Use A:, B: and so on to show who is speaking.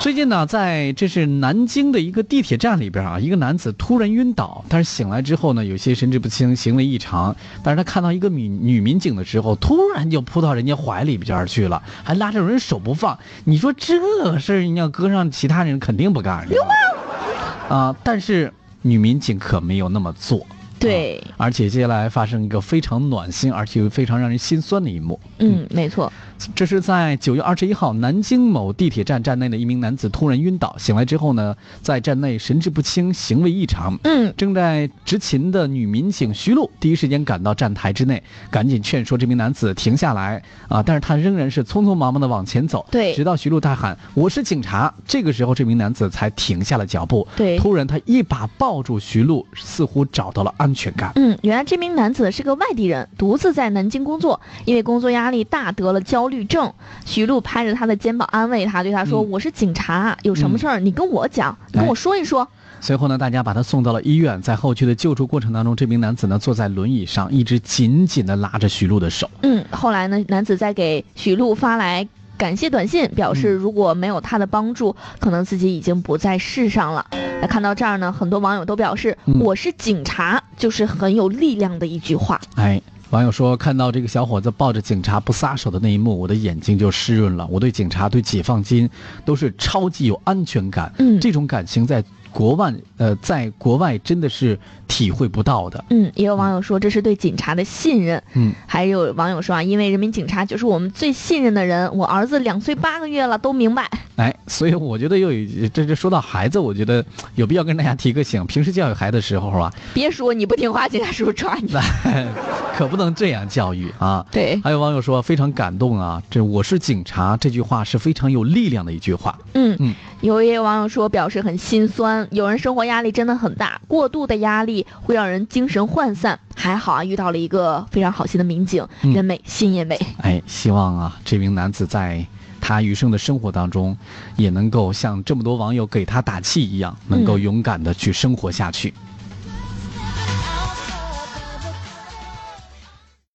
A: 最近呢，在这是南京的一个地铁站里边啊，一个男子突然晕倒，但是醒来之后呢，有些神志不清，行为异常。但是他看到一个女女民警的时候，突然就扑到人家怀里边去了，还拉着人手不放。你说这事儿要搁上其他人，肯定不干。流氓！啊，但是女民警可没有那么做。
B: 对，
A: 而且接下来发生一个非常暖心，而且又非常让人心酸的一幕。
B: 嗯，没错，
A: 这是在九月二十一号，南京某地铁站站内的一名男子突然晕倒，醒来之后呢，在站内神志不清，行为异常。
B: 嗯，
A: 正在执勤的女民警徐璐第一时间赶到站台之内，赶紧劝说这名男子停下来啊！但是他仍然是匆匆忙忙的往前走，
B: 对
A: 直到徐璐大喊“我是警察”，这个时候这名男子才停下了脚步。
B: 对
A: 突然他一把抱住徐璐，似乎找到了安全感。
B: 嗯，原来这名男子是个外地人，独自在南京工作，因为工作压力大得了焦虑症。徐璐拍着他的肩膀安慰他，对他说：“
A: 嗯
B: 我是警察，有什么事儿你跟我讲，跟我说一说。
A: 随后呢，大家把他送到了医院，在后续的救助过程当中，这名男子呢坐在轮椅上，一直紧紧地拉着徐璐的手。
B: 嗯，后来呢，男子再给许璐发来感谢短信，表示如果没有他的帮助，可能自己已经不在世上了。那看到这儿呢，很多网友都表示：“
A: 嗯
B: 我是警察”就是很有力量的一句话。
A: 哎，网友说看到这个小伙子抱着警察不撒手的那一幕，我的眼睛就湿润了。我对警察、对解放军都是超级有安全感，
B: 嗯
A: 这种感情在国外，呃，在国外真的是体会不到的。
B: 嗯，也有网友说这是对警察的信任。
A: 嗯，
B: 还有网友说啊，因为人民警察就是我们最信任的人，我儿子两岁八个月了都明白。
A: 哎，所以我觉得又有这这说到孩子，我觉得有必要跟大家提个醒，平时教育孩子的时候啊，
B: 别说你不听话，警察叔叔抓你。
A: 可不能这样教育啊。
B: 对，
A: 还有网友说非常感动啊，这“我是警察”这句话是非常有力量的一句话。
B: 嗯，
A: 嗯
B: 有也有网友说表示很心酸，有人生活压力真的很大，过度的压力会让人精神涣散。还好啊，遇到了一个非常好心的民警，
A: 嗯
B: 人美心也美。
A: 哎，希望啊，这名男子在他余生的生活当中，也能够像这么多网友给他打气一样，能够勇敢的去生活下去。